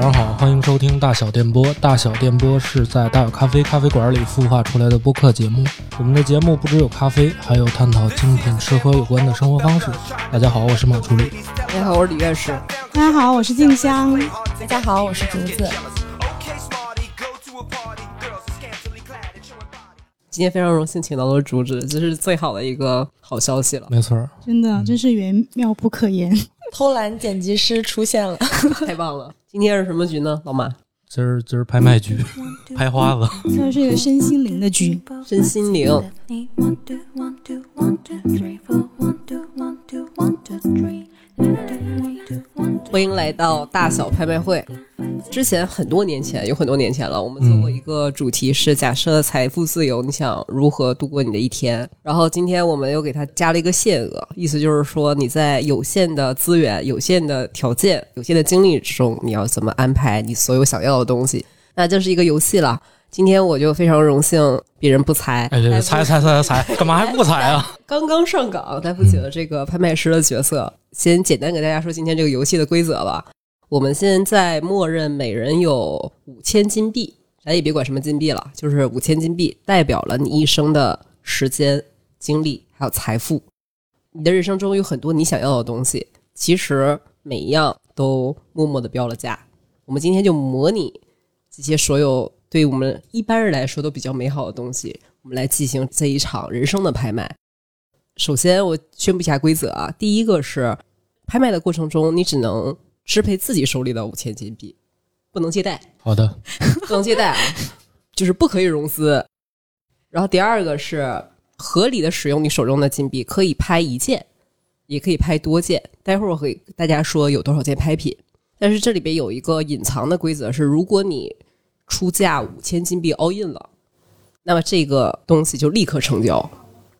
上好，欢迎收听大小电波。大小电波是在大有咖啡咖啡馆里孵化出来的播客节目。我们的节目不只有咖啡，还有探讨精品吃喝有关的生活方式。大家好，我是马助理。 大家好，我是李院士。大家好，我是静香。大家好，我是竹子。今天非常荣幸请到了竹子，这是最好的一个好消息了，没错儿，真的，真是缘妙不可言。偷懒剪辑师出现了，太棒了！今天是什么局呢？老马，今儿今儿拍卖局，拍花子，这是一个身心灵的局，身心灵。欢迎来到大小拍卖会。之前很多年前，有很多年前了，我们做过一个主题是假设财富自由，你想如何度过你的一天？然后今天我们又给它加了一个限额，意思就是说你在有限的资源、有限的条件、有限的精力之中，你要怎么安排你所有想要的东西？那就是一个游戏了。今天我就非常荣幸，别人不猜，哎，这猜猜猜猜猜，干嘛还不猜啊？刚刚上岗，来不及了。这个拍卖师的角色，先简单给大家说今天这个游戏的规则吧。我们现在默认每人有五千金币，咱也别管什么金币了，就是五千金币代表了你一生的时间、精力还有财富。你的人生中有很多你想要的东西，其实每一样都默默的标了价。我们今天就模拟这些所有对我们一般人来说都比较美好的东西，我们来进行这一场人生的拍卖。首先，我宣布一下规则啊。第一个是，拍卖的过程中，你只能支配自己手里的五千金币，不能借贷，好的， 不能借贷啊，就是不可以融资。然后第二个是，合理的使用你手中的金币，可以拍一件，也可以拍多件。待会儿我会给大家说有多少件拍品，但是这里边有一个隐藏的规则是，如果你出价五千金币 all in 了，那么这个东西就立刻成交，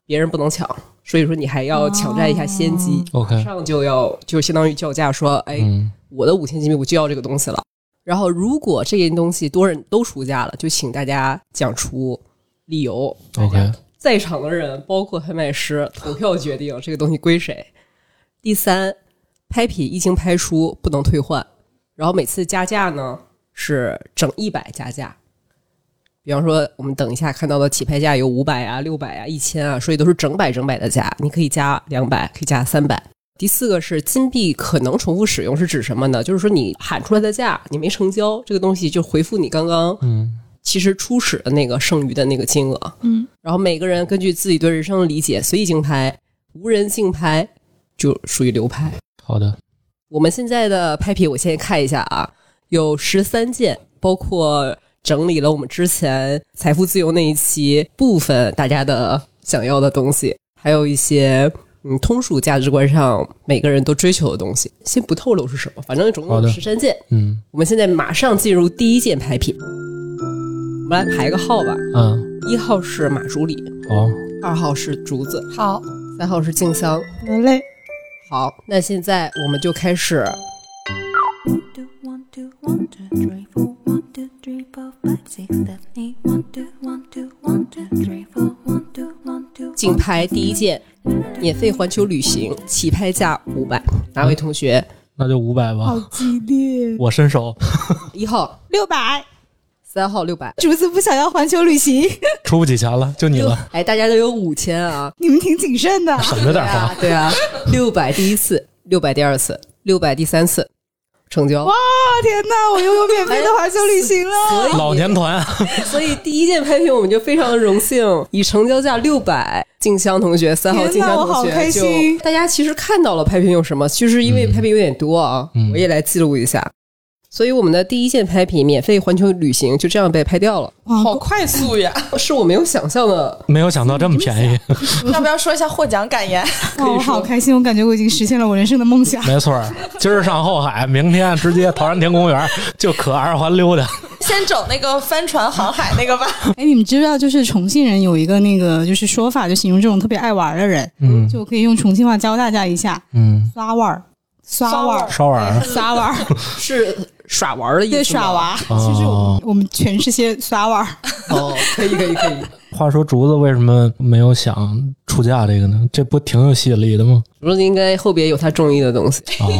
别人不能抢。所以说你还要抢占一下先机，马 OK，上就要就相当于叫价说，哎，嗯，我的五千金币我就要这个东西了。然后如果这件东西多人都出价了，就请大家讲出理由。 OK 大家在场的人包括拍卖师投票决定这个东西归谁。第三，拍品一经拍出不能退换，然后每次加价呢是整一百加价。比方说，我们等一下看到的起拍价有五百啊、六百啊、一千啊，所以都是整百整百的加。你可以加两百，可以加三百。第四个是金币可能重复使用，是指什么呢？就是说你喊出来的价你没成交，这个东西就回复你刚刚嗯，其实初始的那个剩余的那个金额。嗯，然后每个人根据自己对人生的理解随意竞拍，无人竞拍就属于流拍。好的，我们现在的拍品，我先看一下啊，有十三件，包括整理了我们之前财富自由那一期部分大家的想要的东西，还有一些嗯通俗价值观上每个人都追求的东西，先不透露是什么，反正总好共的有十三件。嗯我们现在马上进入第一件拍品，我们来排个号吧，嗯，一号是马助理，好，二号是竹子，好，三号是静香。我的嘞，好，那现在我们就开始竞拍第一件免费环球旅行，起拍价五百。哪位同学？那就五百吧好，激烈，我伸手一号、六百。三号六百。竹子不想要环球旅行， 出不起钱了，就你了，哎，大家都有五千啊！你们挺谨慎的。省着点花啊，。对啊，六百第一次，六百第二次，六百第三次，成交哇。，天哪，我又有免费的环球旅行 了。所以老年团，所以第一件拍品，我们就非常荣 幸，以成交价六百，静香同学三号静天哪香我同好学开就心大家其实看到了拍品有什么，就是因为拍品有点多啊，嗯我也来记录一下。所以我们的第一件拍品免费环球旅行就这样被拍掉了，好快速呀！是我没有想象的。没有想到这么便宜， 要不要说一下获奖感言？哇，我好开心，我感觉我已经实现了我人生的梦想。 没错儿，今儿上后海，明天直接陶然亭公园就可二环溜达。 先整那个帆船航海那个吧。哎，你们知道，就是重庆人有一个那个就是说法，就形容这种特别爱玩的人，嗯就可以用重庆话教大家一下：嗯，刷腕儿，刷腕儿，烧碗儿刷腕儿。是耍玩儿的意思吗？ 对耍娃，哦其实我们我们全是些耍娃儿。哦，可以可以可以。话说竹子为什么没有想出嫁这个呢？这不挺有吸引力的 吗？竹子应该后边有他中意的 东西，哦，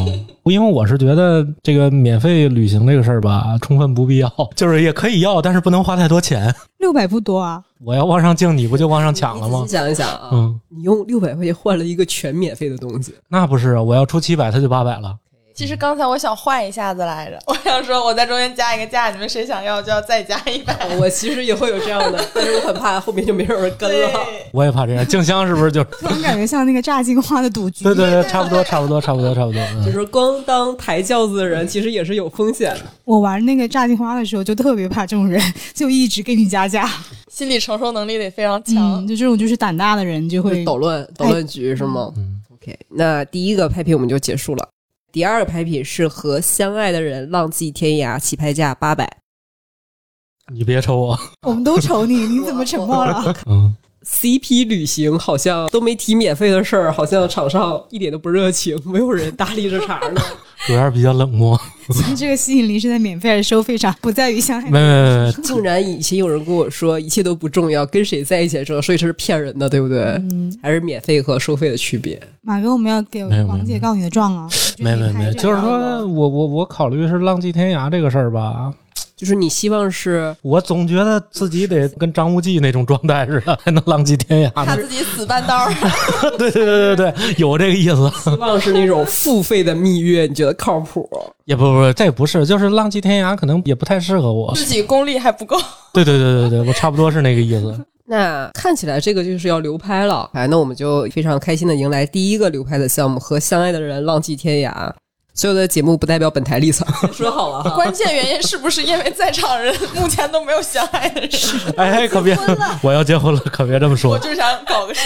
因为我是觉得这个免费旅行这个事儿吧，充分不必要， 就是也可以要，但是不能花太多钱。六百不多 啊，我要往上敬，你不就往上抢了你吗仔细？想一想啊，嗯，你用六百块钱换了一个全免费的东西，那不是啊，我要出七百，他就八百了。 其实刚才我想换一下子来着， 我想说我在中间加一个价，你们谁想要就要再加一 百。我其实也会有这样的，但是我很怕后面就没有人跟了。对，我也怕这样，静香是不是就是？突然感觉像那个炸金花的赌局。对对对，差不多，差不多，差不多，差不多。就 嗯，是光当抬轿子的人，其实也是有风险的。我玩那个炸金花的时候，就特别怕这种人， 就一直给你加价。心理承受能力得非常强嗯，。就这种就是胆大的人就就是会捣乱捣乱局是吗、嗯 o k 那第一个拍品我们就结束了。第二个拍品是和相爱的人浪迹天涯，起拍价八百。你别抽我。 我们都愁你，你怎么沉默 了？嗯， CP 旅行好像都没提免费的事儿，好像场上一点都不热情，没有人搭理这茬儿呢。主要是比较冷漠。这个吸引力是在免费还是收费上，不在于相爱没。没没没， 竟然以前有人跟我说一切都不重要，跟谁在一起才重要，所以这是骗人的，对不对？嗯，还是免费和收费的区别。马哥，我们要给没有王没姐有告你的状啊！没没没，就是说我我我考虑是浪迹天涯这个事儿吧，就是你希望是我总觉得自己得跟张无忌那种状态似的，还能浪迹天涯 他呢。自己死半道儿， 对对对对对，有这个意思。希望是那种付费的蜜月，你觉得靠谱？也不不，这不是，就是浪迹天涯可能也不太适合我。自己功力还不 够。对对对对对，我差不多是那个意思。那看起来这个就是要流拍了，哎，那我们就非常开心的迎来第一个流拍的项目和相爱的人浪迹天涯。所有的节目不代表本台立场， 说好了哈。关键原因是不是因为在场人目前都没有相爱的人？哎，可别，我要结婚了，可别这么 我说。就是想搞个事。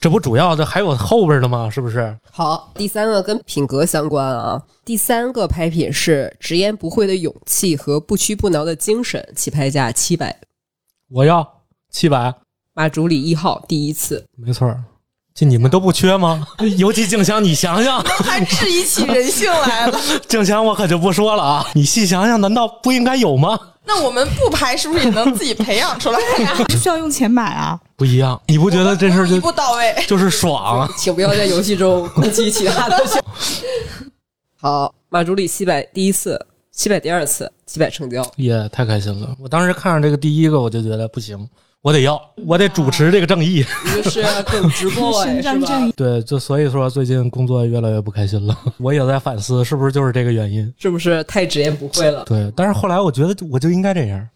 这不主要的还有后边的吗？是不是？好，第三个跟品格相关啊。第三个拍品是直言不讳的勇气和不屈不挠的精神，起拍价七百。我要七百，马竹里一号第一次，没错儿。这你们都不缺 吗？尤其静香，你想想，还 质疑起人性来了。静香我可就不说了啊。你细想想，难道不应该有吗？ 那我们不拍，是不是也能自己培养出来呀、不需要用钱买啊！不一样，你 不觉得这事儿一就步到位。就是爽啊？请不要在游戏中攻击其他的选手。好，马竹里七百第一次，七百第二次，七百成交。也太开心了！我当时看上这个第一个，我就觉得不行，我得要，我得主持这个正义。你就是耿直 boy 伸是张正吧？义， 对，就所以说最近工作越来越不开心 了，我也在反思是不是就是这个原因。是不是太直言不讳了？对，但是后来我觉得我就应该这样，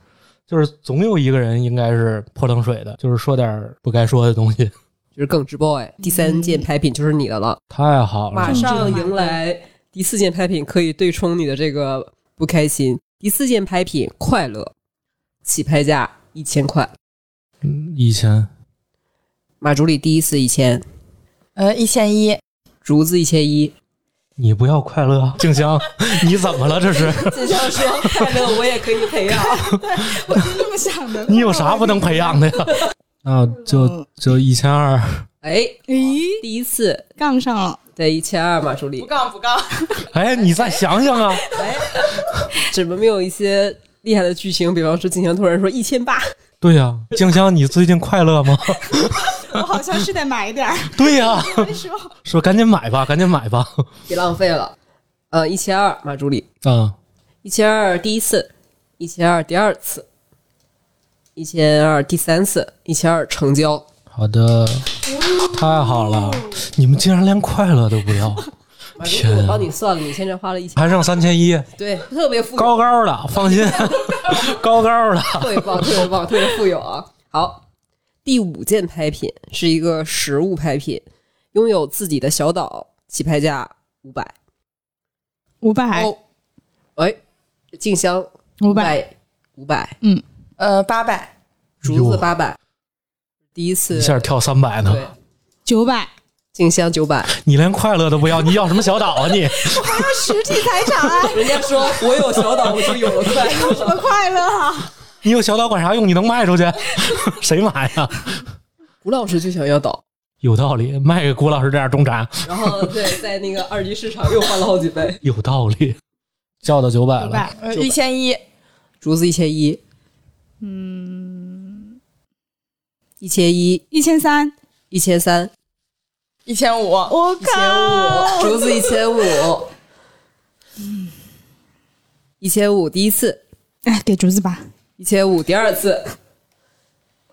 就是总有一个人应该是泼冷水的，就是说点儿不该说的东西。就是耿直 boy。第三件拍品就是你的了，太好了马，上迎来第四件拍品，可以对冲你的这个不开心。第四件拍品快乐，起拍价一千块。嗯以前马竹里第一次一千，呃，一千一，竹子一千一。你不要快乐，静 香，你怎么了？这是就像说快乐哎我也可以啊培养，我是这么想的。你有啥不能培养的 呀？那啊嗯就就一千二， 哎，咦，第一次杠上了，对一千二马助不理，杠不杠， 哎，你再想想啊。怎么没有一些厉害的剧情？比方说，静香突然说一千八，对呀、静香，你最近快乐吗？我好像是得买点儿。 对呀、那时候说赶紧买吧，赶紧买吧。别浪费了。呃，一千二马助理，嗯，一千二第一次，一千二第二次，一千二第三次，一千二成交。好的，太好了，你们竟然连快乐都不 要，马助天理，啊我帮你算了，你现在花了一千，还剩三千一，对，特别富有，高高的，放心， 高高的。特别棒，特别 棒，特别富有啊！好，第五件拍品是一个实物拍品，拥有自己的小岛，起拍价五百。五百，哦，哎，静香五五百，百，五百，呃，八百，竹子哟八百，第一次一下跳三百呢，对，九百，静香九百。你连快乐都不要，你要什么小岛啊你？实体财产，哎人家 说我有小岛，我就有了快乐。我快乐啊！你有小岛管啥用？你能卖出去？ 谁买啊呀？ 吴老师就想要岛，有道理，卖给郭老师这样中产然后对，在那个二级市场又翻了好几倍。有道理。 叫到九百对了，吧？一千一， 竹子一千一，嗯，一千一，一千三，一千三，一千五，哦我一千竹子一千五，一千五第一次，哎，给竹子吧，一千五第二次，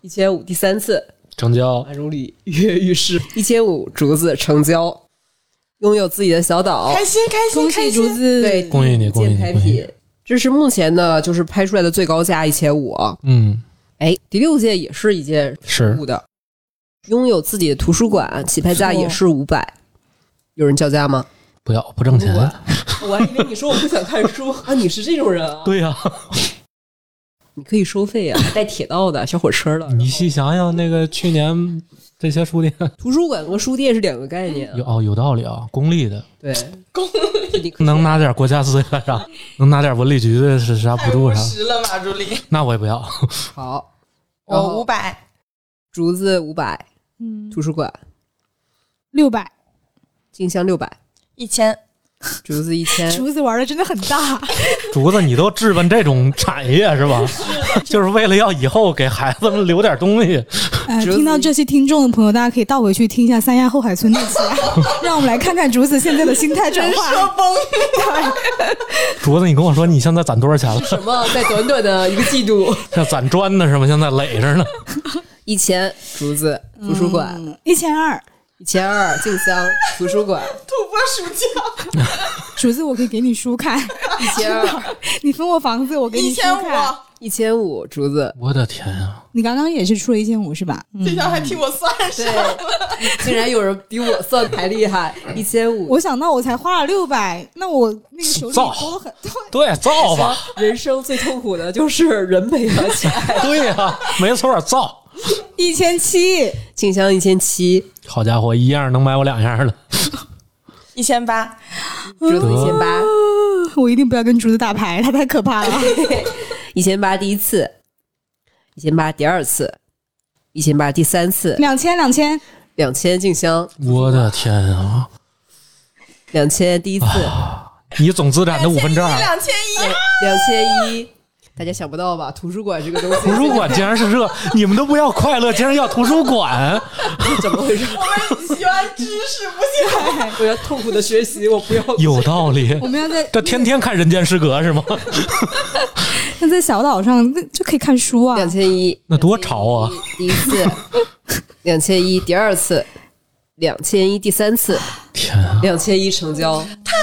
一千五第三次，成交。如里跃欲试，一千五竹子成交，拥有自己的小五，岛，开心开心恭开喜竹心，子，对，恭喜你恭喜你竞拍恭喜品你，这是目前呢，就是拍出来的最高价一千五。嗯，哎，第六届也是一件是物的，拥有自己的图书馆，起拍价也是五百。有人叫价吗？不要不挣钱。我还以为你说我不想看 书啊，你是这种人啊？对呀、你可以收费 啊，带铁道的小火车的。你细想想，那个去年这些书店图书馆和书店是两个概念啊， 有哦有道理啊，公立的对，你可以能拿点国家资源啥，能拿点文旅局的是啥补太助务啥，实了，马助理，那我也不要。 好，然后我五百，竹子五百，嗯，图书馆六百，静香六百，一千，竹子一千，竹子玩的真的很大，竹子，你都质问这种产业是吧？ 就是为了要以后给孩子们留点东西。呃，竹子听到这期听众的朋友，大家可以倒回去听一下三亚后海村那期啊，让我们来看看竹子现在的心态转化。崩，竹子，你跟我说你现在攒多少钱了？什么在短短的一个季度，像攒砖呢是吗？现在垒着呢。 一千竹子图书馆，一千二，一千二静香图书馆，土拨鼠叫竹子我可以给你书看，一千 二你分我房子，我给你一书千五，看。一千五竹子，我的天啊！你刚刚也是出了一千五是吧？嗯，这条还替我算上对，竟然有人比我算还厉害，一千五我，想到我才花了六百，那我那个手里造都很多。对，造吧，人生最痛苦的就是人没了钱。 对呀、没错，造。 一千七， 静香一千七，好家伙，一样能买我两样了。 一千八，竹子一千八，我一定不要跟竹子打牌，他太可怕了。一千八第一次，一千八第二次，一千八第三次，两千，两千，两千静香，我的天啊！两千第一次，哎你总资产的五分啊之二，两千一，两千一，大家想不到吧？图书馆这个东西， 图书馆竟然是这，你们都不要快乐，竟然要图书馆。怎么回事？我们喜欢知识，不喜欢我要痛苦的学习，我不要。有道理我，们要在这天天看《人间失格》是吗？要在小岛上那就可以看书啊。两千一，那多潮啊！第一次，两千一，第二次，两千一，第三次，天啊，两千一成交。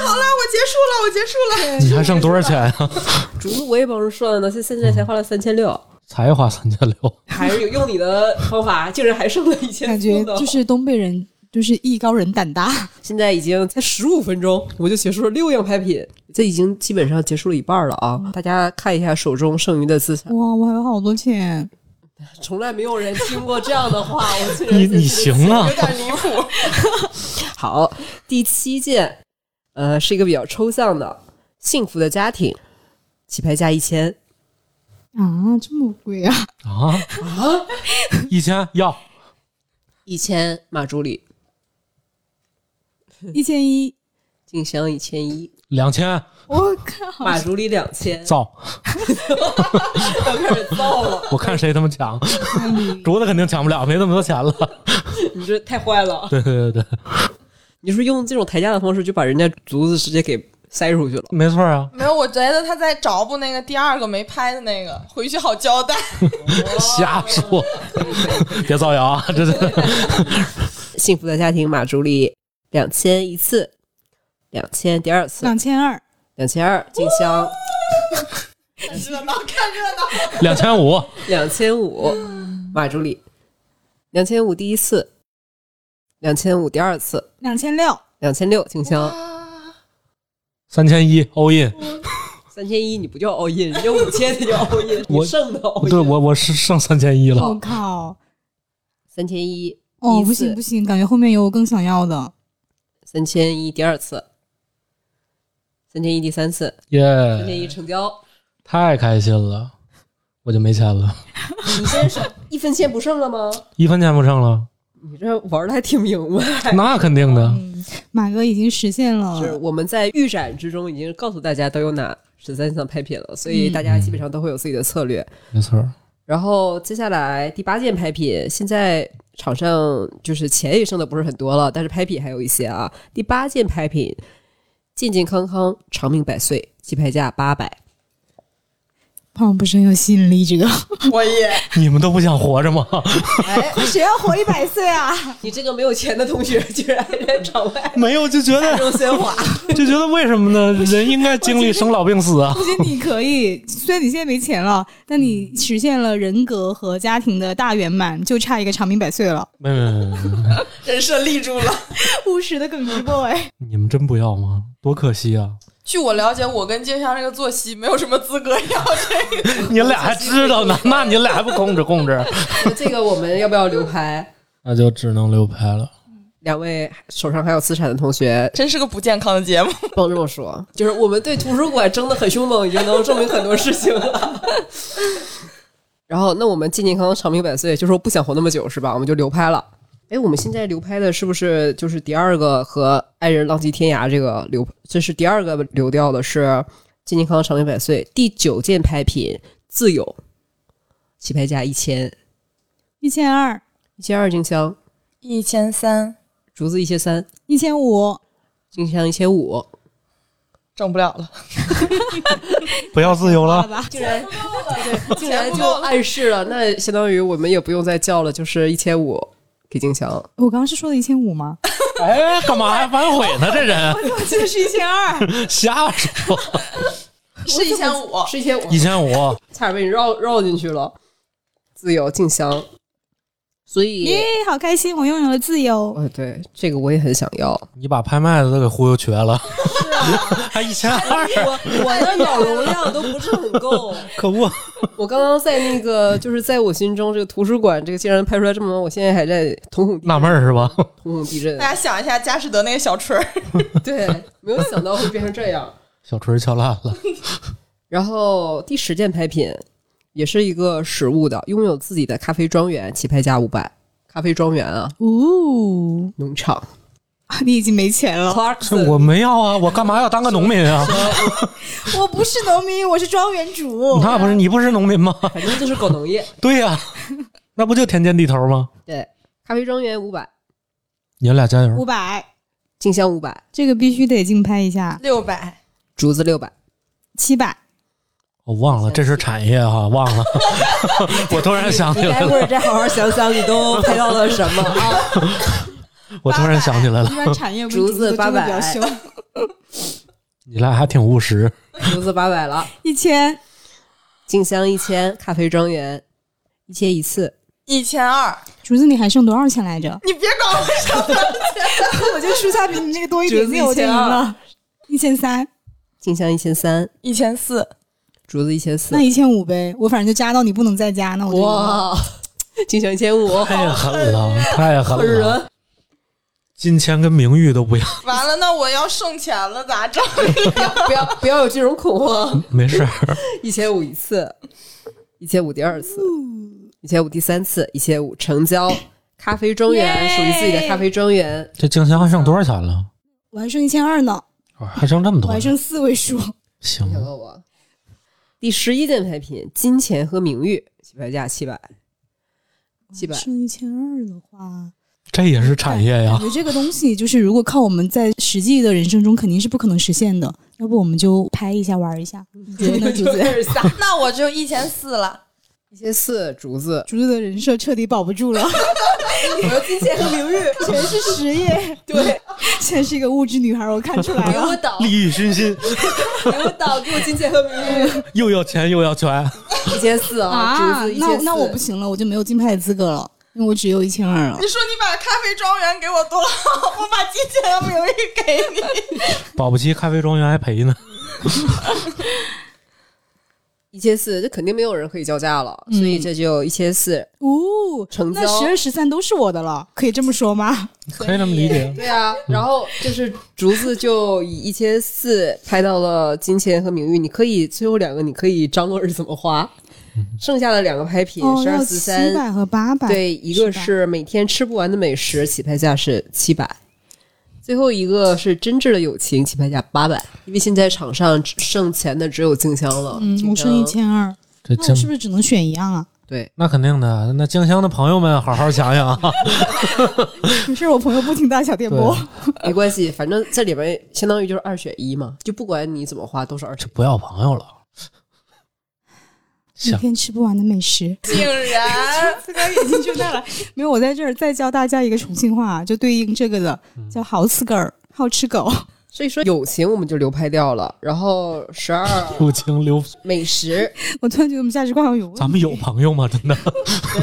好了，我结束了，我结束了。你还剩多少钱啊？竹子我也帮着算了，现现在才花了三千六，才花三千六，还是有用你的方法，竟然还剩了一感千觉多呢。就是东北人就是艺高人胆大。现在已经才十五分钟，我就结束了六样拍品，这已经基本上结束了一半了嗯啊！大家看一下手中剩余的资产， 哇，我还有好多钱，从来没有人听过这样的话，我竟然你觉得你行啊有！点离谱，好，第七件，呃，是一个比较抽象的幸福的家庭，起拍价一千，啊，这么贵啊！ 啊啊！一千要一千马助 理，一千一，静香一千一，两千我靠！马助理两千，造，都开始造了，我看谁他妈抢，竹子肯定抢不了，没那么多钱了。 你这太坏了。对对对对，你是用这种抬价的方式就把人家竹子直接给塞出去了。没错啊。没有，我觉得他在找补那个第二个没拍的那个，回去好交代。瞎说， 别造谣啊！这这幸福的家庭马助理两千一次，两千第二次，两千二，两千二静香，热闹看热闹，两千五，两千五马助理，两千五第一次，两千五第二次，两千六，两千六静香，三千一 all in。三千一你不叫 all in，人家五千才叫 all in，我你剩的 all in。对我我是剩三千一了我，靠！三千一，哦，一次不行不行，感觉后面有我更想要的。三千一第二次，三千一第三次，耶、三千一成交，太开心了，我就没钱了，哎你先生一分钱不剩了吗？一分钱不剩了。 你这玩的还挺明白。那肯定的，马哥已经实现了 是我们在预展之中已经告诉大家都有哪十三项拍品了，所以大家基本上都会有自己的策略。没错儿。然后接下来第八件拍品，现在场上就是钱也剩的不是很多了，但是拍品还有一些啊。第八件拍品，健健康康，长命百岁，起拍价八百。胖不是很有吸引力，这个我也你们都不想活着吗？ 谁要哎活一百岁啊？ 你这个没有钱的同学， 居然还在场外 没有，就觉大得众喧哗。就觉得为什么呢？人应该经历生老病死啊。我觉得你可以， 虽然你现在没钱了，但你实现了人格和家庭的大圆满，就差一个长命百岁了。没没没没没，人设立住了。务实的耿直 boy，你们真不要吗？多可惜啊！据我了解，我跟静香这个作息没有什么资格要这个。你俩还知道呢？那你俩还不控制控制？ 这个我们要不要留拍？那就只能留拍了。两位手上还有资产的同学，真是个不健康的节目。 不能这么说，就是我们对图书馆争的很凶猛，已经能证明很多事情了。 然后，那我们健健康康长命百岁，就说不想活那么久是吧？我们就流拍了。哎，我们现在流拍的是不是就是第二个和爱人浪迹天涯这个流？这是第二个流掉的是健健康康长命百岁。第九件拍品自由，起拍价一千，一千二，一千二静香，一千三竹子一千三，一千啊五，静香一千五，挣不了了， 不要自由好了，吧？竟然竟然 就啊暗示了，那相当于我们也不用再叫了，就是一千五给静香。我刚刚是说的一千五吗？哎，干嘛还反悔呢？这人我记得是一千二， 瞎说，是一千五。是一千五，一千五，差点被你绕绕进去了。自由静香，所以，耶，好开心，我拥有了自由。呃、对这个我也很想要。你把拍卖的都给忽悠瘸了，还一千哎二，我我的脑容量都不是很够。可不， 我刚刚在那个，就是在我心中这个图书馆，这个竟然拍出来这么多，我现在还在瞳孔纳闷儿是吧？瞳孔地震 大。家想一下佳士得那个小锤儿，对，没有想到会变成这样。小锤敲烂了，然后第十件拍品也是一个实物的，拥有自己的咖啡庄园，起拍价五百。咖啡庄园啊，哦，农场。你已经没钱了。 Clarkson，我没要啊，我干嘛要当个农民啊？ 我不是农民，我是庄园主。那不是你不是农民吗？反正就是狗农业。对呀、那不就田间地头吗？对，咖啡庄园五百，你们俩加五油，百，静香五百，这个必须得竞拍一下。六百，竹子六百。七 百，我忘了这是产业哈、忘了， 我突然想起你来待了，会儿再好好想想，你都拍到了什么啊？我突然想起来了一，般产业竹子八百比较凶。 你俩还挺务实，竹子八百了，一千，静香一千，咖啡庄园一千一次。一千二。？竹子你还剩多少钱来着你别管我什么，我觉得蔬菜比你那个多一点点竹子点，我就赢了。 一千三，静香一千三，一千四。竹子一千四那。一千五呗，我反正就加到你不能再加，那我就赢了。哇，静香一千五，太狠了，太狠狠了，人。 金钱跟名誉都不要，完了，那我要剩钱了，咋整？不要不要有这种恐慌。没事儿，一千五一次，一千五第二次，一千五第三次，一千五成交。咖啡庄园耶属于自己的咖啡庄园，这静香还剩多少钱了？我还剩一千二呢，还剩这么我多还呢，剩四位数。行想到我。第十一件拍品：金钱和名誉，起拍价七百，七百。剩一千二的话，这也是产业呀感，觉这个东西就是如果靠我们在实际的人生中肯定是不可能实现的，要不我们就拍一下玩一下。你觉得呢，竹子？。下 那我就一千四了。一千四，竹子竹子的人设彻底保不 住了，我要金钱和名 誉，全是实业，对，全是一个物质女孩，我看出来给我了。 倒，利欲熏心，给我倒，给我金钱和名誉。 又要钱又要权，一千四啊，竹子一那千四。那我不行了，我就没有竞拍的资格了，因为我只有一 千二了你。说你把咖啡庄园给我多好，我把金钱和名誉给你。保不齐咖啡庄园还赔呢。一千四，这肯定没有人可以叫价了，所以嗯这就一千四哦，成交那。十二十三都是我的了，可以这么说吗？可以这么理解。对啊，然后就是竹子就以一千四拍到了金钱和名誉，你可以最后两个你可以张罗着怎么花，剩下的两个拍品哦，十要二七四三百和八百，对，一个是吧是每天吃不完的美食，起拍价是七百；最后一个是真挚的友情，起拍价八百。因为现在场上只剩钱的只有静香了，嗯，我剩一静香。千二，这那我是江不是只能选一样啊？ 对，那肯定的，那酱香的朋友们好好想想啊。没事，我朋友不听大小电波，没关系，反正这里边相当于就是二选一嘛，就不管你怎么花都是二选 这不要朋友了。啊每想天吃不完的美食。 竟然 已经说到了，没有，我在这儿再教大家一个重庆话，就对应这个的，嗯叫好死狗儿，好吃狗。 一。所以说友情我们就流拍掉了，然后十 二友情留，美食我突然觉得我们价值观好像有问题。咱们有朋友吗？真 的，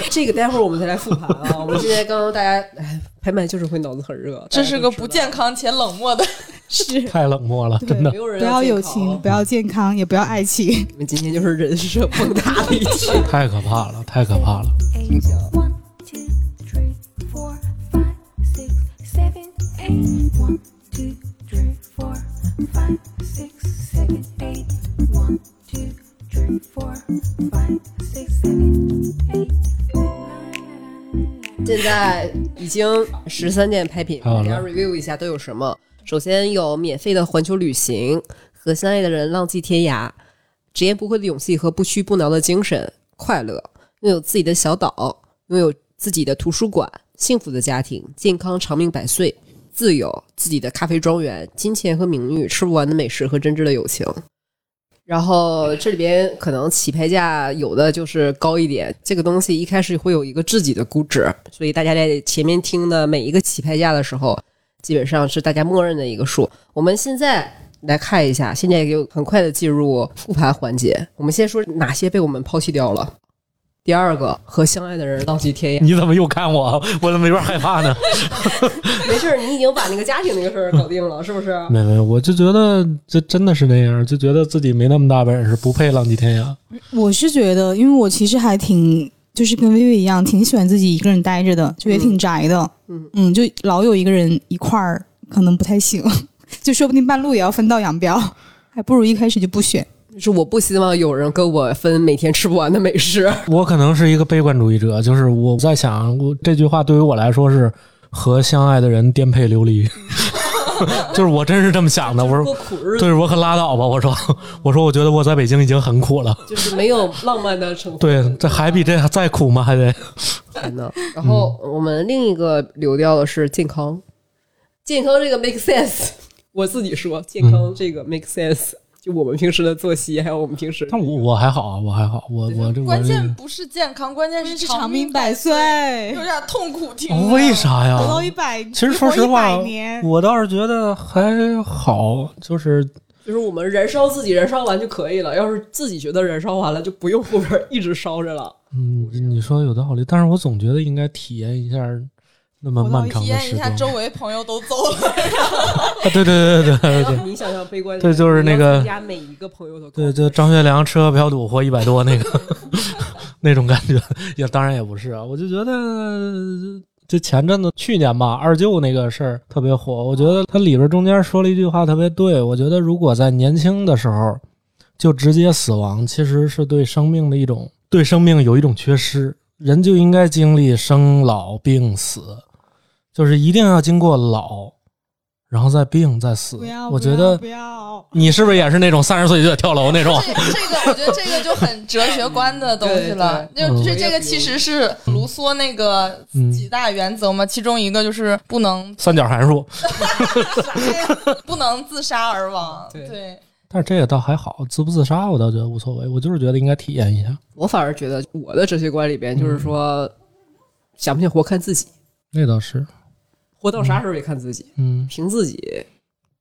这个待会儿我们再来复盘啊。 我们现在刚刚大家哎，拍卖就是会脑子很热，这是大家个都不知道健康且冷漠的。是。太冷漠了，对真的 没。有人不要健友康情，不要健康，也不要爱情。我们今天就是人设崩塌的一期。太可怕了，太可怕了！ eight. One, two, three, four, five, six, seven, eight. One, two, three, four, five, six, seven, eight. One, two, three, four, five, six, seven, eight. Nine. 现在已经十三件拍品，好了大家 review 一下都有什么。首先有免费的环球旅行，和相爱的人浪迹天涯，直言不讳的勇气和不屈不挠的精神，快乐，拥有自己的小岛，拥有自己的图书馆，幸福的家庭，健康长命百岁，自由，自己的咖啡庄园，金钱和名誉，吃不完的美食和真挚的友情。然后这里边可能起拍价有的就是高一点，这个东西一开始会有一个自己的估值，所以大家在前面听的每一个起拍价的时候，基本上是大家默认的一个数。我们现在来看一下，现在就很快的进入复盘环节。我们先说哪些被我们抛弃掉了。第二个和相爱的人浪 迹天涯，你怎么又看我？我怎么有点害怕呢？没事儿，你已经把那个家庭那个事儿搞定了，是不是？没没，我就觉得这真的是那样，就觉得自己没那么大本事，不配浪迹天涯。 我是觉得，因为我其实还挺，就是跟薇薇一样，挺喜欢自己一个人待着的，就也挺宅的。嗯嗯，就老有一个人一块儿，可能不太行， 就说不定半路也要分道扬镳，还不如一开始就不选。就是我不希望有人跟我分每天吃不完的美食。我可能是一个悲观主义者，就是我在想，我这句话对于我来说是和相爱的人颠沛流离， 就是我真是这么想的。我 说，过苦日子，对，我可拉倒吧。我说， 我说，我觉得我在北京已经很苦了。就是没有浪漫的成分。对，嗯这还比这再苦吗？还得天呐，然后我们另一个流调的是健康，健康这个 make sense。我 自己说，健嗯康这个 make sense，、就我们平时的作息，还有我们平时但我我还好啊，我还好，我我这我关这键不是健康，关键是长命命百岁，岁有点痛苦听哦着。为啥呀？活到一百，其实说实话活一百年，我倒是觉得还好，就是就是我们燃烧自己，燃烧完就可以了。要是自己觉得燃烧完了，就不用后边一直烧着了。嗯，你说有道理，但是我总觉得应该体验一下那么漫长体的验时一下光。周 围朋友都走了，啊对对对对对然对后你想想悲观，对就是那个你要参加每一个朋友的空对，就张学良吃喝嫖赌活一百多那个 那种感觉，也当然也不是啊，我就觉得。就前阵子去年吧，二舅那个事儿特别火，我觉得他里边中间说了一句话特别对，我觉得如果在年轻的时候就直接死亡，其实是对生命的一种对生命有一种缺失。人就应该经历生老病死，就是一定要经过老，然后再病再死不要，。我不觉要得不要，你是不是也是那种三十岁就得跳楼那种？这这个我觉得这个就很 哲学观的东西了。对就对这嗯这个其实是卢梭那个嗯几大原则嘛，其中一个就是不能三角函数， 不能自杀而亡。对对，但是这个倒还好，自不自杀我倒觉得无所谓，我就是觉得应该体验一下，我反而觉得我的哲学观里边嗯就是说，想不想活看自己，那倒是，活到啥时候也看自己，嗯。凭自己。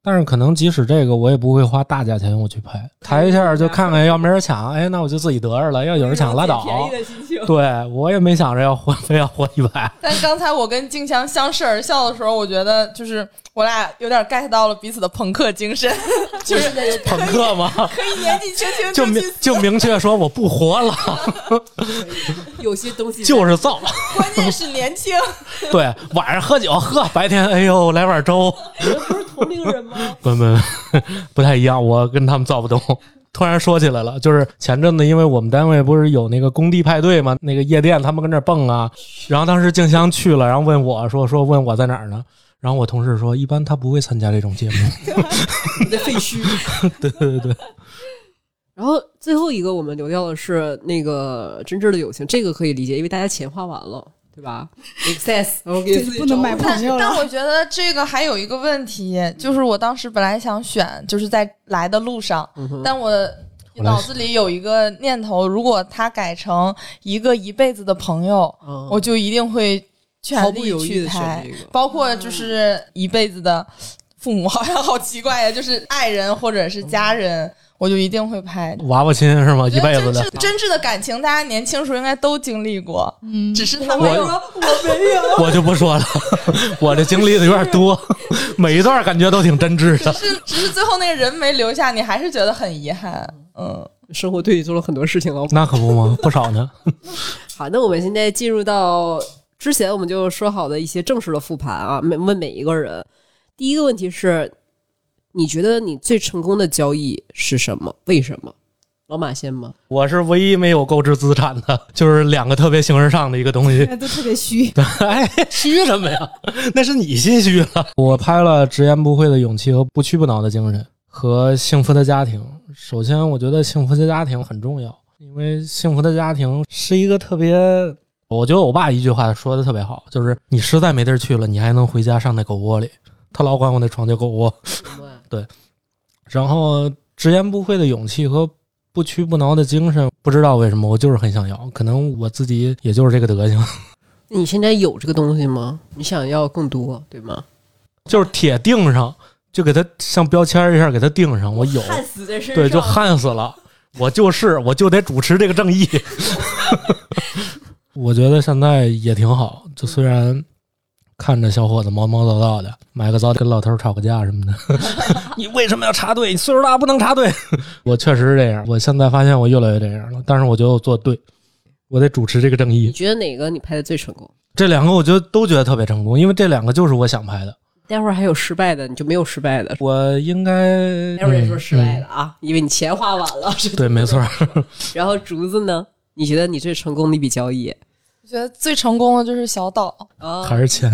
但是可能即使这个，我也不会花大价钱我去拍，抬一下就看看，要没人抢，哎，那我就自己得着了；要有人抢拉倒， 便宜的心情，挺。对我也没想着要活，非要活一百。但刚才我跟静香相视而笑的时候，我觉得就是我俩有点 get 到了彼此的朋克精神， 就是朋克吗？可以年纪轻轻就就明去，就明确说我不活了，有些东西就是造。关键是年轻。 对，晚上喝酒喝，白天哎呦来碗粥。不是同龄人吗？ 不不，不太一样，我跟他们造不动。突然说起来了，就是前阵子，因为我们单位不是有那个工地派对嘛，那个夜店，他们跟那儿蹦啊。然后当时静香去了，然后问我说说问我在哪儿呢？然后我同事说，一般他不会参加这种节目。你的废墟。 对对对，然后最后一个我们留掉的是那个真挚的友情，这个可以理解，因为大家钱花完了，对吧？excess，我给自己不能买找朋友 但了。 我觉得这个还有一个问题，就是我当时本来想选，就是在来的路上，但嗯我我来脑子里有一个念头，如果他改成一个一辈子的朋友，嗯我就一定会毫全不力犹豫去的猜选这，个。包括就是一辈子的父母， 好像好奇怪呀，就是爱人或者是家人，我就一定会拍。娃娃亲是吗？嗯我一觉辈得子真的挚。真挚的感情，大家年轻时候应该都经历过，嗯，只是他我没有我就不说了， 我这经历的有点多，每一段感觉都挺真挚的。是，只是最后那个人没留下，你还是觉得很遗憾。嗯，生活对你做了很多事情了。那可不吗？不少呢。好，那我们现在进入到之前我们就说好的一些正式的复盘啊，每问每一个人。第一个问题是，你觉得你最成功的交易是什么？为什么？老马先吗？我是唯一没有购置资产的，就是两个特别形而上的一个东西。现在都特别虚， 哎，虚什么呀？那是你心虚了。我拍了《直言不讳的勇气》和《不屈不挠的精神》和《幸福的家庭》。首先，我觉得幸福的家庭很重要，因为幸福的家庭是一个特别……我觉得我爸一句话说的特别好，就是你实在没地儿去了，你还能回家上那狗窝里。他老管我那床叫狗 窝。然后直言不讳的勇气和不屈不挠的精神，不知道为什么我就是很想要，可能我自己也就是这个德行，你现在有这个东西吗？你想要更多，对吗？就是铁定上，就给他像标签儿一样给他定上，我有，死在身对，就焊死了，我就是，我就得主持这个正义。 我觉得现在也挺好，就虽然看着小伙子毛毛躁躁的，买个早点跟老头吵个架什 么的，你为什么要插队？你岁数大不能插队。我确实是这样，我现在发现我越来越这样了，但是我觉得我做对，我得主持这个正你义。觉得哪个你拍的最成功？这两个我觉得都觉得特别成功，因为这两个就是我想拍的。待会儿还有失败的，你就没有失败的。我应该待会儿也说失败了。的啊，因为你钱花完了。 嗯对，没错儿。然后竹子呢？你觉得你最成功的一笔交易我觉得最成功的就是小岛。啊？还是钱。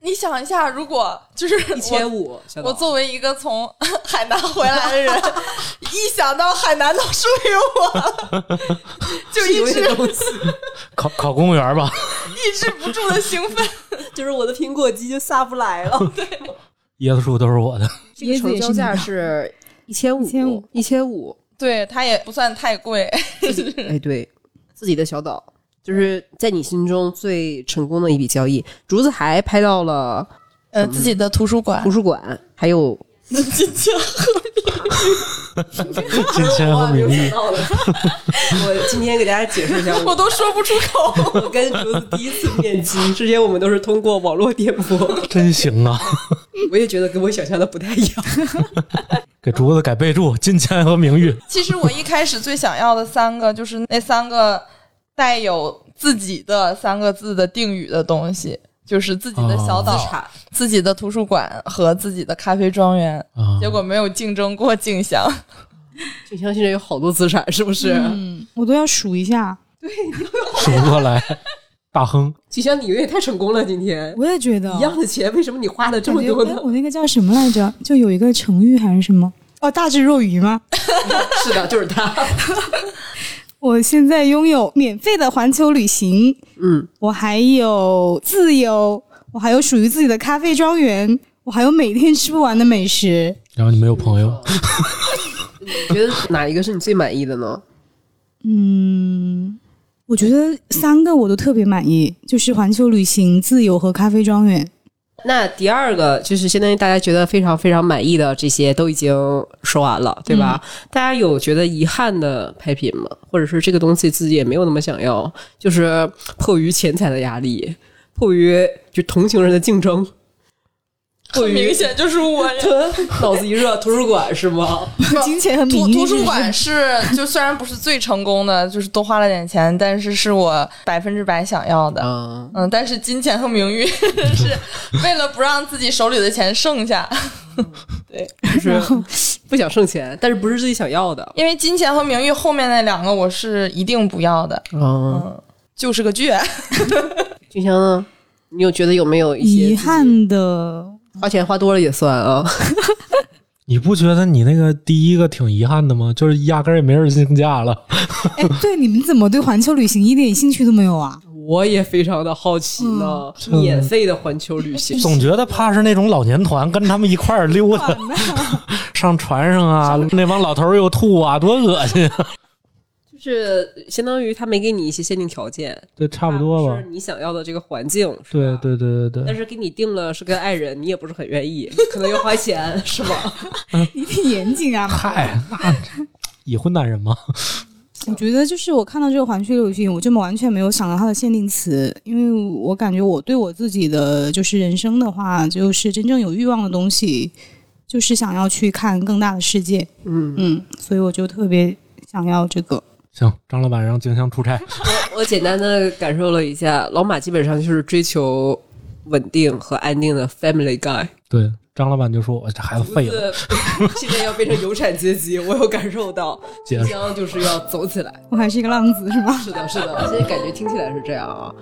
你想一下，如果就是一我千五，小我岛作为一个从 海南回来的人，一想到海南都属于我，就有一些直东西，考考公务员吧， 抑制不住的兴奋。就是我的苹果肌就下不来了。椰子树都是我的。 这个成交价是一千五， 1500一千五。 对，它也不算太贵。哎，对，自己的小岛，就是在你心中最成功的一笔交易。竹子还拍到了呃，自己的图书馆图书馆，还有金枪金钱和米粒，到的。 我今天给大家解释一下， 我都说不出口。我跟竹子第一次面基，之前我们都是通过网络电波，真行啊！我也觉得跟我想象的不太一样。 给竹子改备注：金钱和名誉。其实我一开始最想要的三个，就是那三个带有自己的三个字的定语的东西，就是自己的小岛、产自己的图书馆和自己的咖啡庄园。啊，结果没有竞争过静香，静香现在有好多资产，是不是？嗯， 我都要数一下。数不过来。大亨，静香，你有点太成功了，今天我也觉得一样的钱，为什么你花的这感么觉多哎呢？我那个叫什么来着？就有一个成语还是什么？哦，大智若愚吗？ 是的，就是他。我现在拥有免费的环球旅行，嗯，我还有自由，我还有属于自己的咖啡庄园，我还有每天吃不完的美食。然后你没有朋友，你觉得哪一个是你最满意的呢？嗯，我觉得三个我都特别满意，就是环球旅行、自由和咖啡庄园。那第二个就是相当于大家觉得非常非常满意的这些都已经说完了，对吧？大家有觉得遗憾的拍品吗？或者是这个东西自己也没有那么想要，就是迫于钱财的压力，迫于就同行人的竞争，迫很于 明显就是我呀。脑子一热，图书馆是吗？ 金钱和图名誉图是书不馆是是就虽然不是最成功的，就是多花了点钱，但是是我百分之百想要的。啊，嗯，但是金钱和名誉 是为了不让自己手里的钱剩下，就是不想剩钱，但是不是自己想要的。因为金钱和名誉后面那两个我是一定不要的，嗯，就是个倔。俊香呢？你有觉得有没有一些遗自己憾的，花钱花多了也算啊？你不觉得你那个第一个挺遗憾的吗？就是压根儿也没人竞价了。哎，对，你们怎么对环球旅行一点兴趣都没有啊？ 我也非常的好奇呢，免费的环球旅 行，总觉得怕是那种老年团跟他们一块儿溜达， 上船上啊，那帮老头儿又吐啊，多恶心啊！就是相当于他没给你一些限定条件，对，差不多吧是。你想要的这个环境，是对吧。对对对对，但是给你定了是跟爱人，你也不是很愿 意，可能要花钱，是吧？你挺严谨啊。嗨，那已婚男人嘛，我觉得就是我看到这个环球旅行，我就完全没有想到它的限定词，因为我感觉我对我自己的就是人生的话，就是真正有欲望的东西，就是想要去看更大的世界。嗯，嗯，所以我就特别想要这个。 行，张老板让静香出差， 我简单的感受了一下，老马基本上就是追求稳定和安定的 family guy。对，张老板就说：“我这孩子废了。是，现在要变成有产阶级，我有感 受到，”解即释将就是要走起来。我还是一个浪子是吗？是的，是的，现在感觉听起来是这样啊。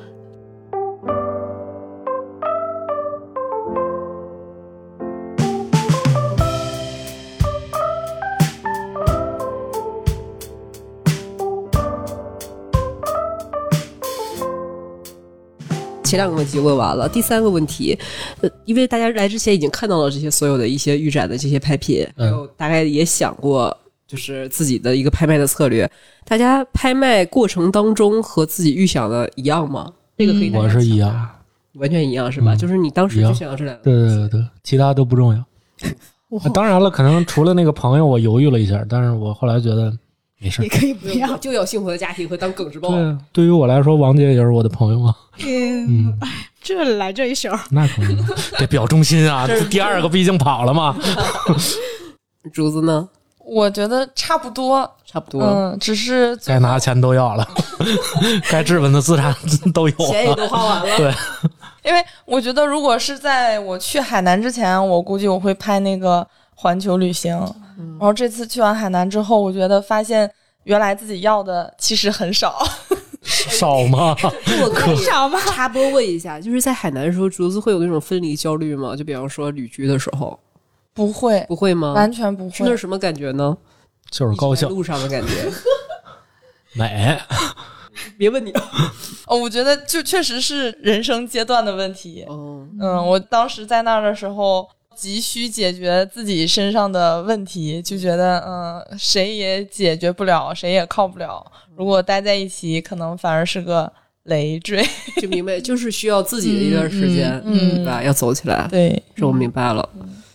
前两个问题问完了，第三个问题，呃，因为大家来之前已经看到了这些所有的一些预展的这些拍品，还嗯有大概也想过就是自己的一个拍卖的策略，大家拍卖过程当中和自己预想的一样吗？这个可以，我是一样，完全一样是吧？嗯就是你当时一就样想要这两个对东对西，对对，其他都不重要。哇啊当然了，可能除了那个朋友，我犹豫了一下，但是我后来觉得没事儿也。可以不我要。就要幸福的家庭和当耿直包。对啊，对于我来说，王姐也是我的朋友啊。嗯嗯，， 这来这一手，那肯定得表忠心啊。这是第二个毕竟跑了 嘛。竹子呢，我觉得差不多，差不多，嗯，只是该拿钱都要了， 该质问的资产 都有钱也了。都花完了。对，因为我觉得如果是在我去海南之前，我估计我会拍那个环球旅行。然后这次去完海南之后，我觉得发现原来自己要的其实很少。少 吗？我可以少吗？插播问一下，就是在海南的时候，竹子会有那种分离焦虑吗？就比方说旅居的时候，不会，不会吗？完全不是那会是。什么感觉呢？就是高一直在兴路上的感觉。美，别问你，哦，我觉得就确实是人生阶段的问题。哦，嗯，我当时在那儿的时候。急需解决自己身上的问题，就觉得嗯，谁也解决不了，谁也靠不了。如果待在一起，可能反而是个累赘。 就明白，就是需要自己的一段时间，嗯嗯嗯对吧？要走起来，对，这我明白了。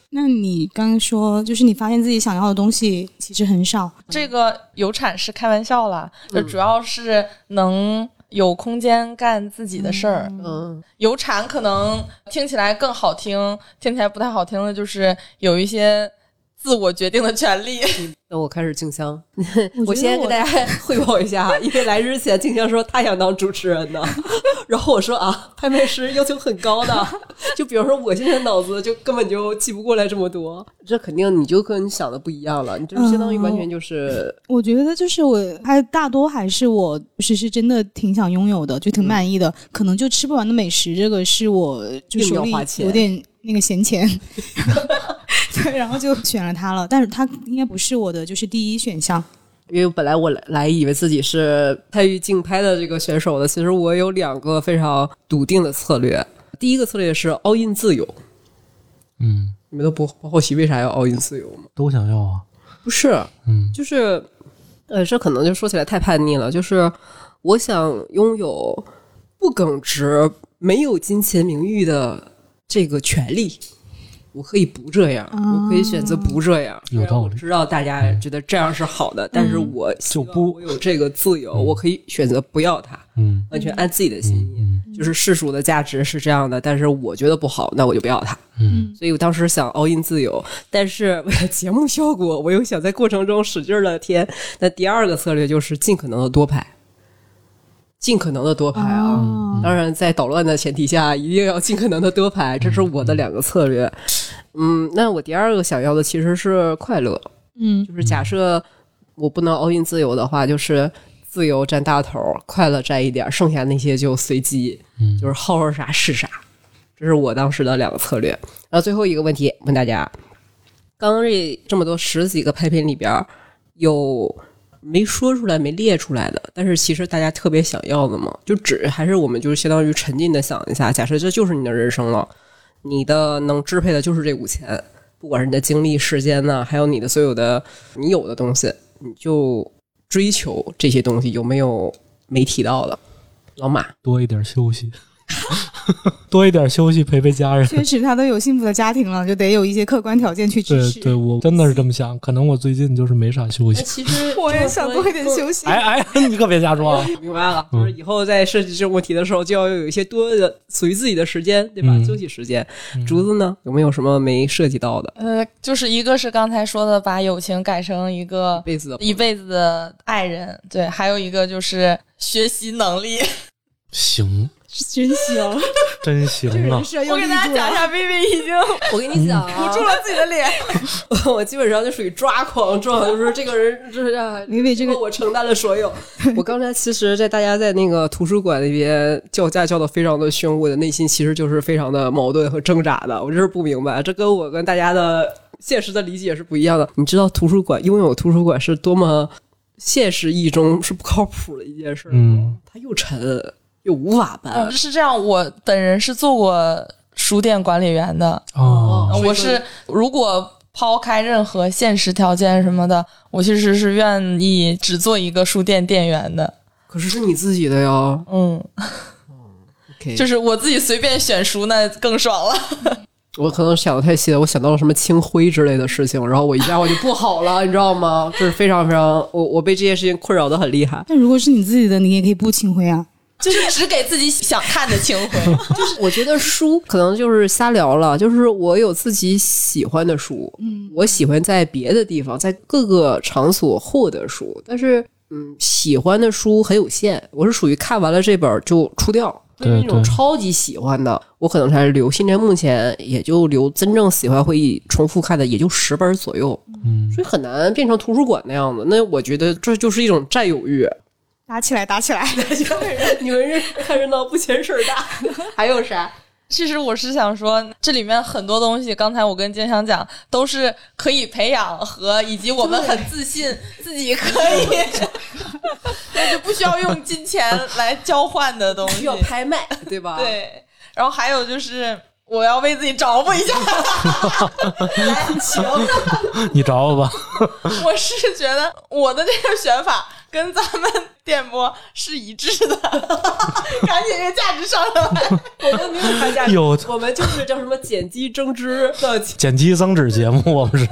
那你刚刚说，就是你发现自己想要的东西其实很少，这个有产是开玩笑啦，嗯就主要是能有空间干自己的事儿。嗯，有产可能听起来更好听，听起来不太好听的就是有一些自我决定的权利。那我开始静香，我我觉得先给大 家汇报一下，因为来之前静香说她想当主持人呢， 然后我说啊，拍卖师要求很高的， 就比如说我现在脑子就根本就记不过来这么多，这肯定你就跟你想的不一样了，你就是相当于完全就是我觉得就是我还大多还是我其实真的挺想拥有的，就挺满意的。可能就吃不完的美食，这个是我就硬要手里花钱有点那个闲钱， 对，然后就选了它了。但是它应该不是我的就是第一选项。因为本来我来来以为自己是参与竞拍的这个选手的，其实我有两个非常笃定的策略。第一个策略是 all in 自由，嗯，你们都不不好奇为啥要 all in 自由吗？都想要啊。不是，嗯，就是，呃，这可能就说起来太叛逆了。就是我想拥有不耿直、没有金钱名誉的这个权利，我可以不这样，我可以选择不这样。嗯有道理嗯虽然我知道大家觉得这样是好的，但是我希望就不我有这个自由，我可以选择不要它，嗯完全按自己的心意。嗯就是世俗的价值是这样的，但是我觉得不好，那我就不要它。嗯，所以我当时想 all in 自由，但是为了节目效果，我又想在过程中使劲的添。那第二个策略就是尽可能的多拍，尽可能的多拍啊。哦当然，在捣乱的前提下，一定要尽可能的多拍，这是我的两个策略。嗯，那我第二个想要的其实是快乐，嗯就是假设我不能 all in 自由的话，就是自由占大头，快乐占一点，剩下那些就随机，嗯就是好好啥是啥。这是我当时的两个策略。然后最后一个问题问大家：刚刚这这么多十几个拍品里边儿，有没说出来、没列出来的，但是其实大家特别想要的吗？就只还是我们就是相当于沉浸的想一下，假设这就是你的人生了，你的能支配的就是这五千，不管是你的精力、时间呢、还有你的所有的你有的东西，你就追求这些东西，有没有没提到的？老马，多一点休息， 多一点休息，陪陪家人。确实他都有幸福的家庭了，就得有一些客观条件去支对持。对，我真的是这么想，可能我最近就是没啥休息。 其实我也想多一点休息。 哎哎， 你可别瞎说啊！明白了，嗯就是以后在设计这种问题的时候，就要有一些多的属于自己的时间，对吧？嗯休息时间。竹子呢，有没有什么没涉及到的？呃，就是一个是刚才说的，把友情改成一个贝斯的一辈子的爱人，对，还有一个就是学习能 力。行，真行，真行啊人！设又我给立大家住讲一了。下，B B 已经 我跟你讲啊，捂住了自己的脸。 我基本上就属于抓狂 状，就是这个人就是啊，因为这个帮我承担了所有。 我刚才其实，在大家在那个图书馆那边叫价叫的非常的凶，我的内心其实就是非常的矛盾和挣扎的。我就是不明白，这跟我跟大家的现实的理解是不一样的。你知道图书馆拥有图书馆是多么现实意义中是不靠谱的一件事儿吗？嗯它又沉又无法搬嗯，，是这样，我本人是做过书店管理员的，哦，我是如果抛开任何现实条件什么的，我其实是愿意只做一个书店店员的。可是是你自己的呀。嗯， OK，就是我自己随便选书，那更爽了。 我可能想的太细了，我想到了什么清灰之类的事情，然后我一下我就不好了， 你知道吗？就是非常非常，我我被这些事情困扰的很厉害。但如果是你自己的，你也可以不请回啊。就是只给自己想看的情怀。就是我觉得书可能就是瞎聊了，就是我有自己喜欢的书，嗯，我喜欢在别的地方，在各个场所获得书，但是嗯，喜欢的书很有限，我是属于看完了这本儿就出掉。对那种对超级喜欢的，我可能才留。现在目前也就留真正喜欢会重复看的，也就十本儿左右。嗯，所以很难变成图书馆那样子。那我觉得这就是一种占有欲。打起来，打起来！ 你们是看热闹不嫌事儿大，还有啥？其实我是想说，这里面很多东西，刚才我跟金香讲，都是可以培养和以及我们很自信自己可 以，但是不需要用金钱来交换的东西需。要拍卖，对吧？，对，然后还有就是。我要为自己找补一 下，来，请。你找我吧。我是觉得我的这个选法跟咱们电波是一致的， 赶紧这价值上来。我 们没有拍价值，有我们就是叫什么减肌增脂的剪辑增脂节目，我们是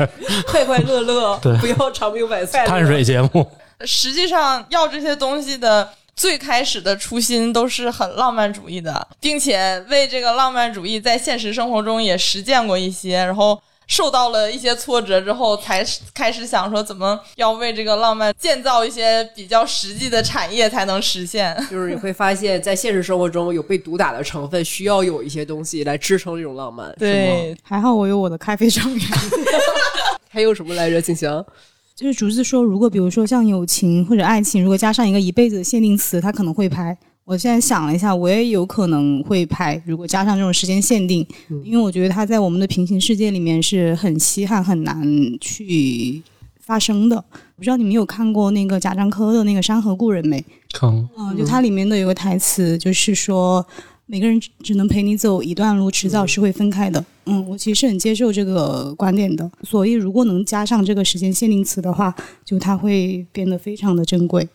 快快乐乐，对不要长 命百岁。碳水节目。实际上要这些东西的最开始的初心都是很浪漫主义的，并且为这个浪漫主义在现实生活中也实践过一些，然后。受到了一些挫折之后，才开始想说怎么要为这个浪漫建造一些比较实际的产业才能实现。就是你会发现，在现实生活中有被毒打的成分，需要有一些东西来支撑这种浪漫。是吗，对，还好我有我的咖啡庄园。还有什么来着？静香，就是竹子说，如果比如说像友情或者爱情，如果加上一个一辈子的限定词，他可能会拍。我现在想了一下，我也有可能会拍，如果加上这种时间限定，因为我觉得它在我们的平行世界里面是很稀罕、很难去发生的。不知道你们有看过那个贾樟柯的那个《山河故人》没？坑，嗯，就它里面的有个台词，就是说每个人只只能陪你走一段路，迟早是会分开的。嗯，我其实是很接受这个观点的。所以如果能加上这个时间限定词的话，就它会变得非常的珍贵。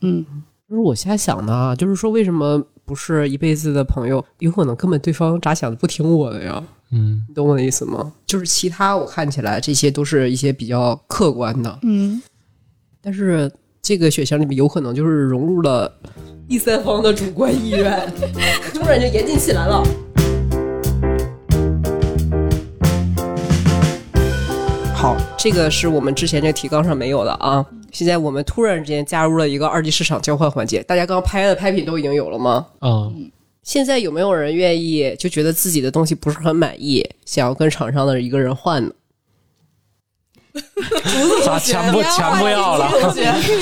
嗯，就是我瞎想的啊，就是说为什么不是一辈子的朋友，有可能根本对方咋想的不听我的呀，嗯你懂我的意思吗？就是其他我看起来这些都是一些比较客观的，嗯，但是这个选项里面有可能就是融入了第三方的主观意愿， 突然就严谨起来了。好，这个是我们之前这个提纲上没有的啊。现在我们突然之间加入了一个二级市场交换环节，大家刚刚拍的拍品都已经有了吗？啊，现在有没有人愿意就觉得自己的东西不是很满意，想要跟厂商的一个人换 呢？咋钱不啊钱不要 了？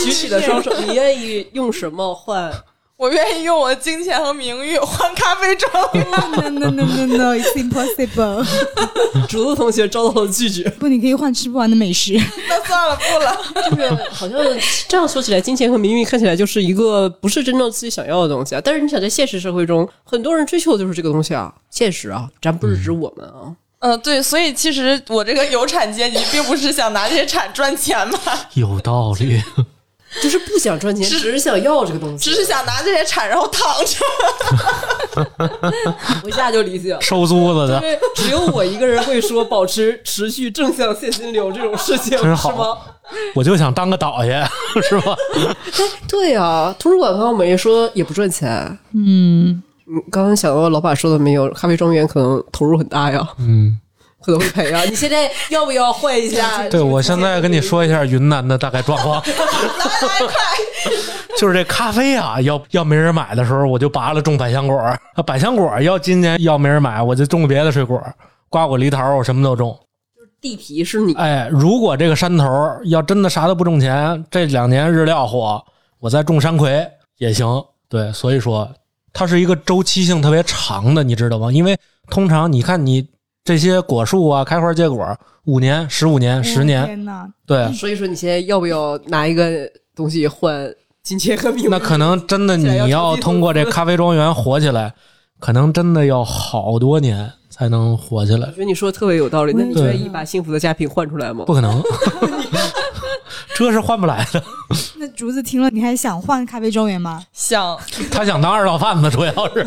举起的双手，你愿意用什么换？ 我愿意用我的金钱和名誉换咖啡庄园。 No no no no no，it's impossible 。竹子同学遭到了拒 绝。 不，你可以换吃不完的美食。 那算了，不了。好像这样说起来，金钱和名誉看起来就是一个不是真正自己想要的东西啊。但是你想，在现实社会中，很多人追求的就是这个东西啊。现实啊，咱不是指我们啊。嗯，对，所以其实我这个有产阶级，并不是想拿这些产赚钱嘛，有道 理，就是不想赚钱，只是想要这个东西，只是想拿这些产然后躺着。 我一下就理解了。收租子因的，为只有我一个人会说保持持续正向现金流这种事情，真是好吗？我就想当个导演， 是吧？对啊，图书馆刚刚我们也说也不赚钱。嗯，你刚刚想到老板说的没有？咖啡庄园可能投入很大呀，嗯，可能会 赔啊。你现在要不要换一 下？对，我现在跟你说一下云南的大概状况， 就是这咖啡啊，要要没人买的时候，我就拔了种百香果儿；啊百香果儿要今年要没人买，我就种别的水果儿，瓜果、梨桃儿，我什么都种。地皮是你哎，如果这个山头儿要真的啥都不种钱，这两年日料火，我再种山葵也行。对，所以说它是一个周期性特别长的，你知道吗？因为通常你看你这些果树啊，开花结果五年、十五年、十我年，天哪，对，所以说你现在要不要拿一个东西换金钱和 名誉？那可能真的你要通过这咖啡庄园火起来，可能真的要好多年才能火起来我， 觉得你说的特别有道理。那你对愿意把幸福的家庭换出来吗不？可 能，这是换不来的。那竹子听了，你还想换咖啡庄园吗？想，他想当二道贩子，主要是。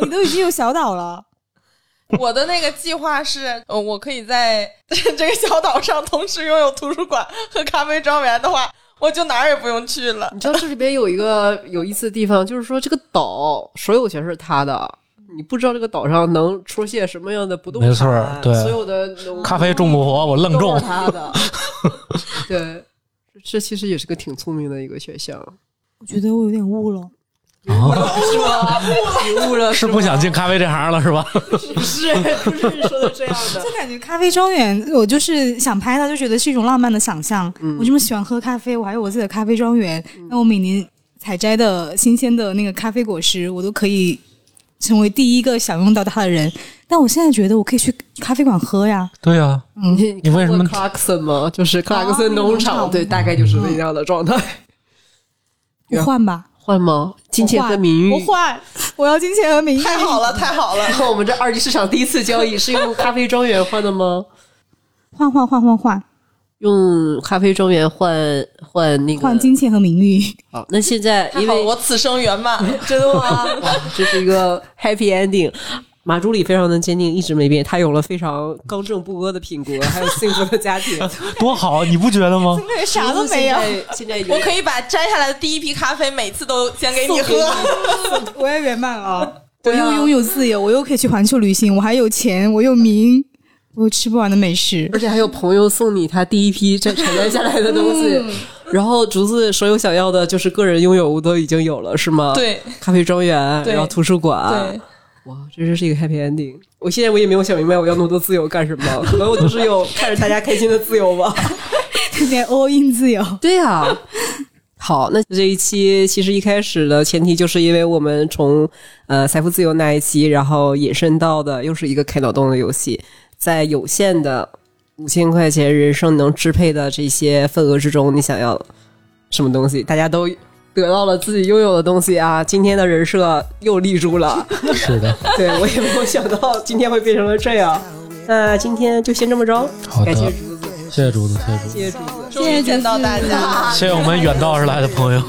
你都已经有小岛了， 我的那个计划是，呃，我可以在 这个小岛上同时拥有图书馆和咖啡庄园的话，我就哪儿也不用去了。你知道这里边有一个有意思的地方，就是说这个岛所有权是他的，你不知道这个岛上能出现什么样的不动产，没错儿对所有的农咖啡种不活，我愣都种 是。他的，对。这其实也是个挺聪明的一个选项，我觉得我有点悟了。是吗？领悟了是不吗想进咖啡这行了是吧？不是不是你说的这样的 就，感觉咖啡庄园，我就是想拍它，就觉得是一种浪漫的想象。嗯我这么喜欢喝咖啡，我还有我自己的咖啡庄园，那我每年采摘的新鲜的那个咖啡果实，我都可以成为第一个享用到它的人。但我现在觉得我可以去咖啡馆喝呀，对呀、啊，你你为什么克拉克森吗？就是克拉克森农啊那个农场，场对，大概就是那样的状态。我换吧，换吗？金钱我和换名誉我。换，嗯我要金钱和名誉。太好了，太好了！然后我们这二级市场第一次交易是用咖啡庄园换的吗？换换换换换用咖啡庄园换换那个换金钱和名誉，好，那现在太因好了，为我此生圆满。 真的吗？这是一个 happy ending。马助理非常的坚定，一直没变。他有了非常刚正不阿的品格，还有幸福的家 庭，多好，你不觉得吗？对，啥都没有。现在 我可以把摘下来的第一批咖啡，每次都先给你送给你喝。 我也圆满了，我对啊又拥有自由，我又可以去环球旅行，我还有钱，我有名，我有吃不完的美食。 而且还有朋友送你他第一批这采摘下来的东西，然后竹子所有想要的，就是个人拥有物都已经有了，是吗？，对咖啡庄园，对然后图书馆，对，哇，这真是一个 happy ending。我现在我也没有想明白我要那么多自由干什么，可能我就是有看着大家开心的自由吧。今年 all in 自由，对呀、 好，那这一期其实一开始的前提就是因为我们从呃财富自由那一期，然后引申到的又是一个开脑洞的游戏，在有限的五千块钱人生能支配的这些份额之中，你想要什么东西？大家都得到了自己拥有的东西啊！今天的人设又立住了， 是的，对我也没有想到今天会变成了这样。那今天就先这么着，好的感谢竹子，谢谢竹子，谢谢竹子。谢谢竹子。终于见到大家，谢谢我们远道而来的朋友。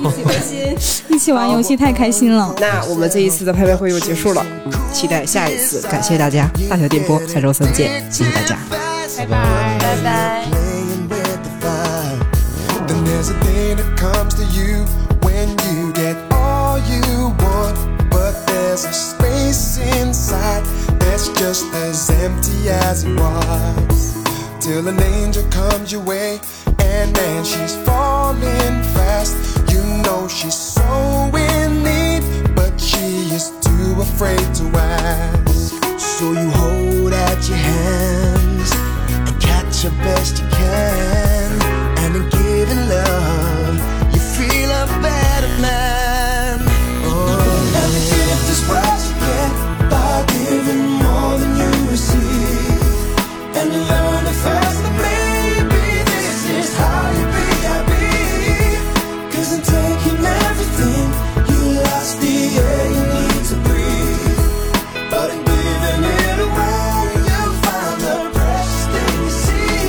一起玩游戏太开心了。那我们这一次的拍卖会又结束了，嗯期待下一次，感谢大家，大小电波，下周三见，谢谢大家。拜拜拜拜。 playing with the fire. Then there's a day that comes to you when you get all you want, but there's a space inside that's just as empty as it was. Till an angel comes your way, and man, she's falling fast. You know she's so in need, but she is too afraid to ask. So you hold out your hands and catch your best you can. And in giving love, you feel a better man. Oh. Everything in this world you get by giving more than you receive. And you learn to fast that maybe this is how you be happy. Cause in taking everything, you lost the air you need to breathe. But in giving it away, you find the precious thing you see.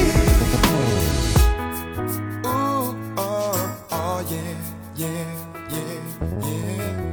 Ooh, oh, oh, yeah, yeah, yeah, yeah. oh.